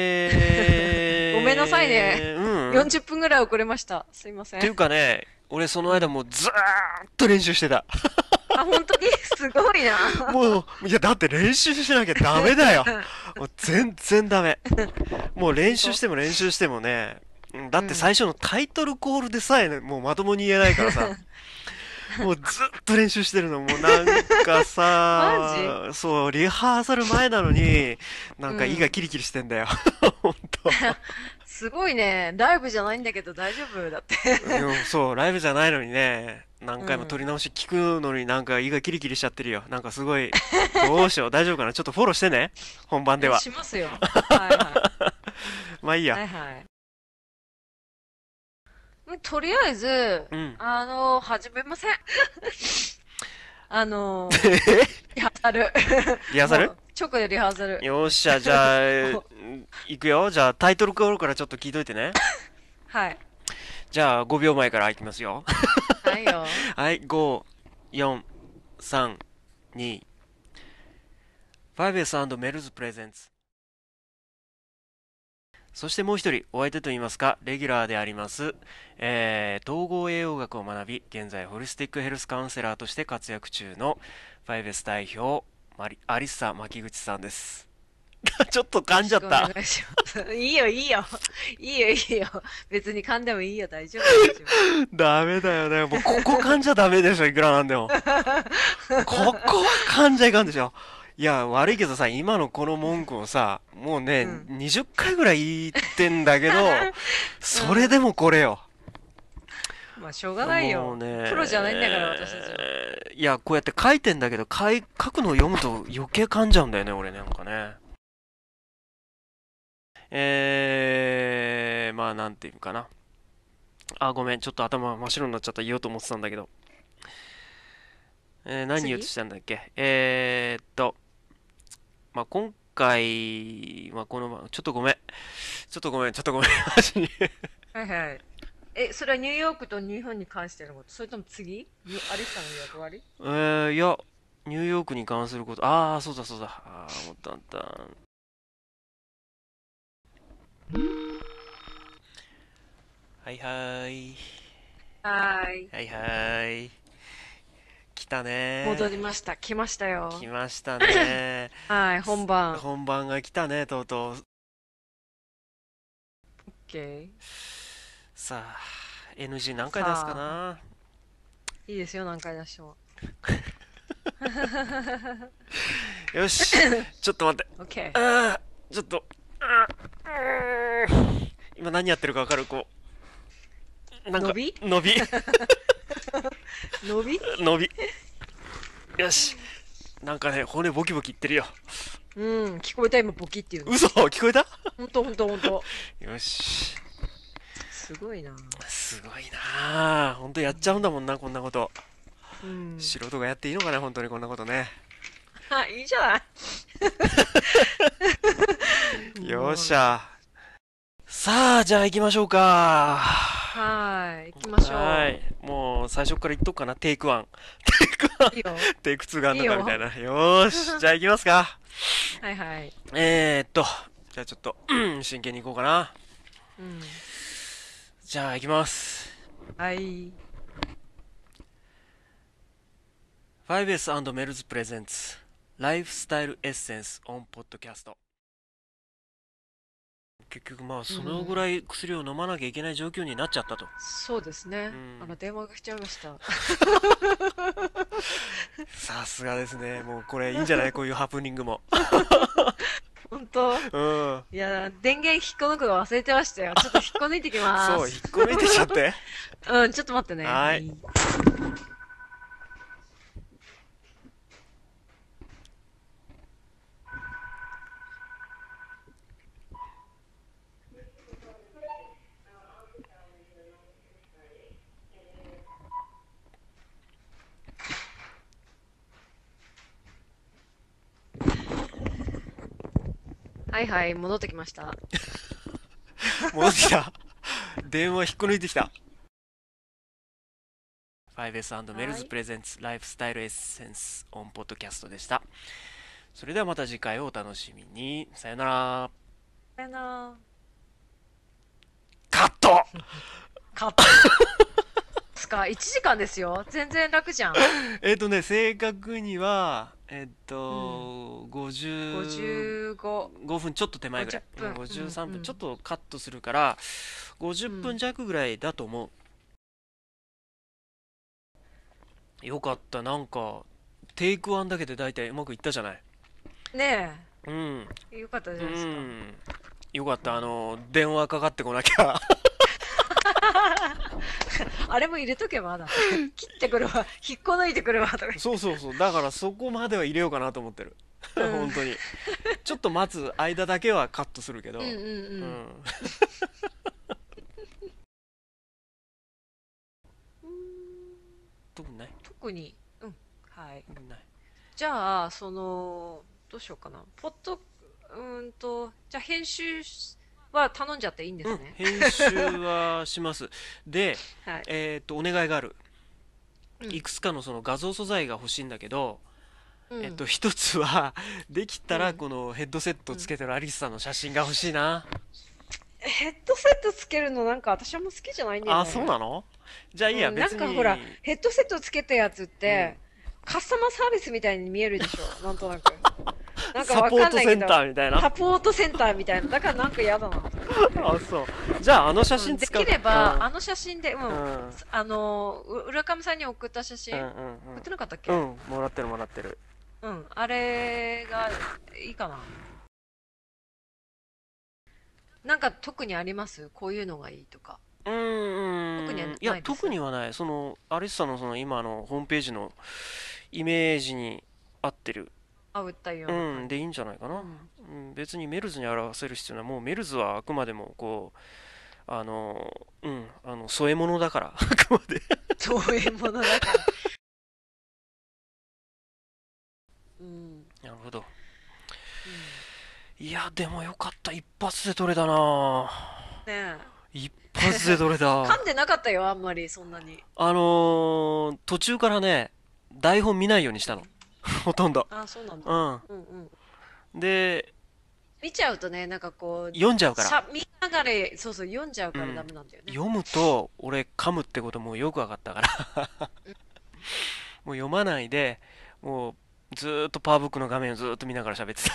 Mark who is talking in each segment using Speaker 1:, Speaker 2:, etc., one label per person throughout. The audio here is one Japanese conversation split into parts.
Speaker 1: えー、
Speaker 2: ごめんなさいね
Speaker 1: うん。っ
Speaker 2: 40分ぐらい遅れました。すいませ
Speaker 1: てい
Speaker 2: ん。
Speaker 1: うかね、俺その間もうずーっと練習して た。
Speaker 2: あ、本当に すごいな。
Speaker 1: もう、いや、だって練習しなきゃダメ だよ。もう全然ダメ。もう練習しても練習してもね、うんだって最初のタイトルコールでさえね、もうまともに言えないから さ、もうずっと練習してるの、もうなんか さ、そう、リハーサル前なのに、なんか胃がキリキリしてんだよ。本当。
Speaker 2: すごいね。ライブじゃないんだけど大丈夫だって。
Speaker 1: でもそう、ライブじゃないのにね、何回も撮り直し聞くのになんか胃がキリキリしちゃってるよ。なんかすごい、どうし よう、大丈夫かな、ちょっとフォローしてね、本番では。
Speaker 2: しますよ。は
Speaker 1: まあいい
Speaker 2: いはい。は
Speaker 1: や。
Speaker 2: いはい。とりあえず、
Speaker 1: うん。
Speaker 2: あの、始めません。 あの、
Speaker 1: えへへ
Speaker 2: リハーサル。
Speaker 1: リハーサル
Speaker 2: もう直でリハーサル。
Speaker 1: よっしゃ、じゃあ、
Speaker 2: も
Speaker 1: いくよ。じゃあ、タイトルコールからちょっと聞いといてね。
Speaker 2: はい。
Speaker 1: じゃあ、5秒前からいきますよ。
Speaker 2: はい よ。
Speaker 1: はい、5、4、3、2、ファイブエスメルズプレゼンツ。そしてもう一人、お相手といいますか、レギュラーであります、えー、統合栄養学を学び、現在ホリスティックヘルスカウンセラーとして活躍中の、ファイブエス代表、マリアリッサ牧口さんです。 ちょっと噛んじゃっ
Speaker 2: よろ
Speaker 1: た
Speaker 2: しくお。願いします。いいよ、いいよ。いいよ、いいよ。別に噛んでもいいよ、大丈夫。大丈
Speaker 1: ダメだよね。もうここ噛んじゃダメでしょ、いくらなんでも。ここは噛んじゃいかんでしょ。いや、悪いけどさ、今のこの文句をさ、もうね、
Speaker 2: う
Speaker 1: 20回ぐらい言ってんだけど、それでもこれよ。
Speaker 2: 夫まあ、しょうがない
Speaker 1: もう
Speaker 2: よ。
Speaker 1: ね、
Speaker 2: プロじゃないんだから、私たちは。
Speaker 1: いや、こうやって書いてんだけど、書い書くのを読むと余計噛んじゃうんだよね、俺なんかね。えー、まあ、なんていうかな。あ、ごめん、ちょっと頭真っ白になっちゃった、言おうと思ってたんだけど。えー何
Speaker 2: 次
Speaker 1: 言おうとしたんだっけえーっと、まあ、今回、まあ、このま、ちょっとごめん。ちょっとごめん、ちょっとごめん、 マジに。
Speaker 2: はいはい。え、それはニューヨークと日本に関してのことそれとも次にアリサの役割
Speaker 1: えー、いや、ニューヨークに関すること、ああ、そうだそうだ、ああ、思ったあった。はいはーい、
Speaker 2: はーい。
Speaker 1: はいはーい。来たねー。
Speaker 2: 戻りました。来ましたよ。
Speaker 1: 来ました ね
Speaker 2: はい、本番。
Speaker 1: ー。
Speaker 2: オッ
Speaker 1: 本番が来たね、とうとう。
Speaker 2: ケ
Speaker 1: さあ、NG 何回出すかな。
Speaker 2: ー。いいですよ、何回出しても。
Speaker 1: よ し、ちょっと待って。
Speaker 2: オッケー。
Speaker 1: あーちょっと、あーうーん今何やってるかわかる、こう。なんか
Speaker 2: 伸び
Speaker 1: 伸び。
Speaker 2: 伸び
Speaker 1: 伸びよしなんかね骨ボキボキいってるよ
Speaker 2: うん、聞こえた今、ボキっていうの。
Speaker 1: 嘘聞こえた
Speaker 2: ほんとほんとほんと。
Speaker 1: よし
Speaker 2: すごいな。
Speaker 1: すごいなあほんとやっちゃうんだもんなこんなこと
Speaker 2: うん。
Speaker 1: 素人がやっていいのかな本当にこんなことね
Speaker 2: あ、いいじゃな い
Speaker 1: よっし。ゃさあじゃあ行きましょうか
Speaker 2: はい、行きましょう。、
Speaker 1: はいいもう最初から言っとくかなテイク1
Speaker 2: いよ。
Speaker 1: テイク2があんの
Speaker 2: いい
Speaker 1: か
Speaker 2: よ
Speaker 1: みたいなよー しじゃあ行きますか
Speaker 2: はいはい。
Speaker 1: えー、っとじゃあちょっと、うん真剣に行こうかな
Speaker 2: うん。
Speaker 1: じゃあ行きます
Speaker 2: はい。
Speaker 1: 5S& メルズプレゼンツライフスタイルエッセンスオンポッドキャスト結局まあそのぐらい薬を飲まなきゃいけない状況になっちゃったと、
Speaker 2: そうですね。
Speaker 1: うん
Speaker 2: あら、電話が来ちゃいました。
Speaker 1: さすがですねもうこれいいんじゃ ないこういうハプニングも
Speaker 2: 本当
Speaker 1: うん
Speaker 2: いや、電源引っこ抜くの忘れてましたよ。ちょっと引っこ抜いてきま
Speaker 1: そう
Speaker 2: す。
Speaker 1: 引っこ抜いてきちゃって
Speaker 2: うん、ちょっと待ってね。
Speaker 1: はい。
Speaker 2: はいはい、戻ってきました。
Speaker 1: 戻ってきた電話引っこ抜いてきた 5S& メルズプレゼンツライフスタイルエッセンスオンポッドキャストでしたそれではまた次回をお楽しみにさよなら
Speaker 2: やな
Speaker 1: カット
Speaker 2: カットですか1時間ですよ全然楽じゃん
Speaker 1: えっとね、正確には、えっと、50
Speaker 2: 55
Speaker 1: 5分ちょっと手前ぐらい。
Speaker 2: 50分
Speaker 1: うん53
Speaker 2: うんうん
Speaker 1: 分、ちょっとカットするから、50
Speaker 2: うん
Speaker 1: 分弱ぐらいだと思う。よかった、なんか、テイクワンだけで大体うまくいったじゃない。
Speaker 2: ね
Speaker 1: うん、
Speaker 2: えよかったじ
Speaker 1: う
Speaker 2: ゃないですか、
Speaker 1: ん。よかった、あの、電話かかってこなきゃ。
Speaker 2: あれも入れとけばだ切ってくるわ引っこ抜いてくるわとか
Speaker 1: そうそうそう、だからそこまでは入れようかなと思ってる。
Speaker 2: うん
Speaker 1: 本当に。ちょっと待つ間だけはカットするけど。
Speaker 2: うんうんうん、
Speaker 1: 特にない
Speaker 2: 特にうんはい
Speaker 1: 特にない
Speaker 2: じゃあそのどうしようかなポッドうーんとじゃあ編集は頼んじゃっていいんです
Speaker 1: うん
Speaker 2: ね、
Speaker 1: 編集はしますで
Speaker 2: はい
Speaker 1: えっとお願いがある
Speaker 2: うん
Speaker 1: いくつかのその画像素材が欲しいんだけど
Speaker 2: うん
Speaker 1: えっと一つは できた
Speaker 2: う
Speaker 1: ら
Speaker 2: ん
Speaker 1: このヘッドセットつけてるアリスさんの写真が欲しいな
Speaker 2: ヘッドセットつけるのなんか私あんま好きじゃないんだよね
Speaker 1: あそうなのじゃあいいや
Speaker 2: うんなん
Speaker 1: 別
Speaker 2: か
Speaker 1: に
Speaker 2: ほらヘッドセットつけたやつって、カスタマーサービスみたいに見えるでしょなんとなくなんか
Speaker 1: サ
Speaker 2: わ
Speaker 1: ポー
Speaker 2: かん
Speaker 1: ト
Speaker 2: ない
Speaker 1: セ
Speaker 2: け
Speaker 1: ン
Speaker 2: ど
Speaker 1: ターみたいな
Speaker 2: サポートセンターみたいなだからなんか嫌だな
Speaker 1: あそうじゃああの写真
Speaker 2: で
Speaker 1: 使う
Speaker 2: きれば、
Speaker 1: うん
Speaker 2: あの写真で、うん、
Speaker 1: うん
Speaker 2: あの、う浦上さんに送った写真、
Speaker 1: うん
Speaker 2: 送
Speaker 1: うんうん
Speaker 2: ってなかったっけ、
Speaker 1: うん、もらってるもらってる。
Speaker 2: うんあれがいいかな。なんか特にありますこういうのがいいとか。
Speaker 1: うんうん。
Speaker 2: 特にはない
Speaker 1: いや
Speaker 2: で、す
Speaker 1: 特にはない。その、アリスさんのその今のホームページのイメージに合ってる。
Speaker 2: あ、売ったよう
Speaker 1: う
Speaker 2: な。
Speaker 1: ん、でいいんじゃないかな。うん、別にメルズに表せる必要ない。もうメルズはあくまでも、こう、あの、うん、あの、添え物だから、あ くまで。
Speaker 2: そういうものだから。うん。
Speaker 1: なるほど。いや、でもよかった。一発で撮れたな
Speaker 2: ねえ。
Speaker 1: 一発で撮れた。
Speaker 2: 噛んで なかったよ、あんまり、そんなに。
Speaker 1: あのー途中からね、台本見ないようにしたの。ほとんど。
Speaker 2: あ、そうなんだ。
Speaker 1: うん。
Speaker 2: うんうん。
Speaker 1: で、
Speaker 2: 見ちゃうとね、なんかこう、
Speaker 1: 読んじゃうか
Speaker 2: し
Speaker 1: ら。
Speaker 2: ゃ見ながら、そうそう、読んじゃうからダメなんだよね。
Speaker 1: 読むと、俺、噛むってこともよく分かったから。もう読まないで、もう、ずーっとパワーブックの画面をずーっと見ながら喋って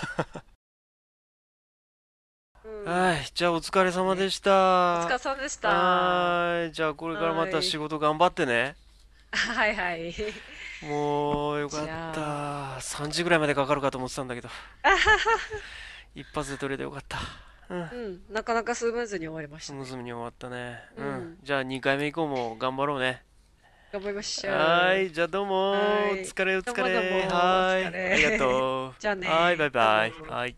Speaker 2: うん
Speaker 1: た。はい。じゃあ、お疲れ様でし
Speaker 2: お
Speaker 1: た。
Speaker 2: 疲れ様でした。は
Speaker 1: はーい。じゃあ、これからま
Speaker 2: は
Speaker 1: た
Speaker 2: い
Speaker 1: 仕事頑張ってね。
Speaker 2: いはい。
Speaker 1: もう、よかっ
Speaker 2: じゃ
Speaker 1: た。3時ぐらいまでかかるかと思ってたんだけど。一発で撮れてよかった。うん。
Speaker 2: うん、なかなかスムーズに終わりまし
Speaker 1: ス
Speaker 2: た
Speaker 1: ム
Speaker 2: ね。
Speaker 1: ーズに終わったね。う
Speaker 2: うん
Speaker 1: ん。じゃあ、2回目以降も頑張ろうね。
Speaker 2: 頑張りましょう。
Speaker 1: はーい、じゃあどうも、お
Speaker 2: はい
Speaker 1: 疲れお疲
Speaker 2: どうもどう
Speaker 1: れ、
Speaker 2: も
Speaker 1: は
Speaker 2: お疲
Speaker 1: ーい、
Speaker 2: れ
Speaker 1: ありがとう。
Speaker 2: じゃあね。
Speaker 1: はい、バイバイ
Speaker 2: どう。も
Speaker 1: はい。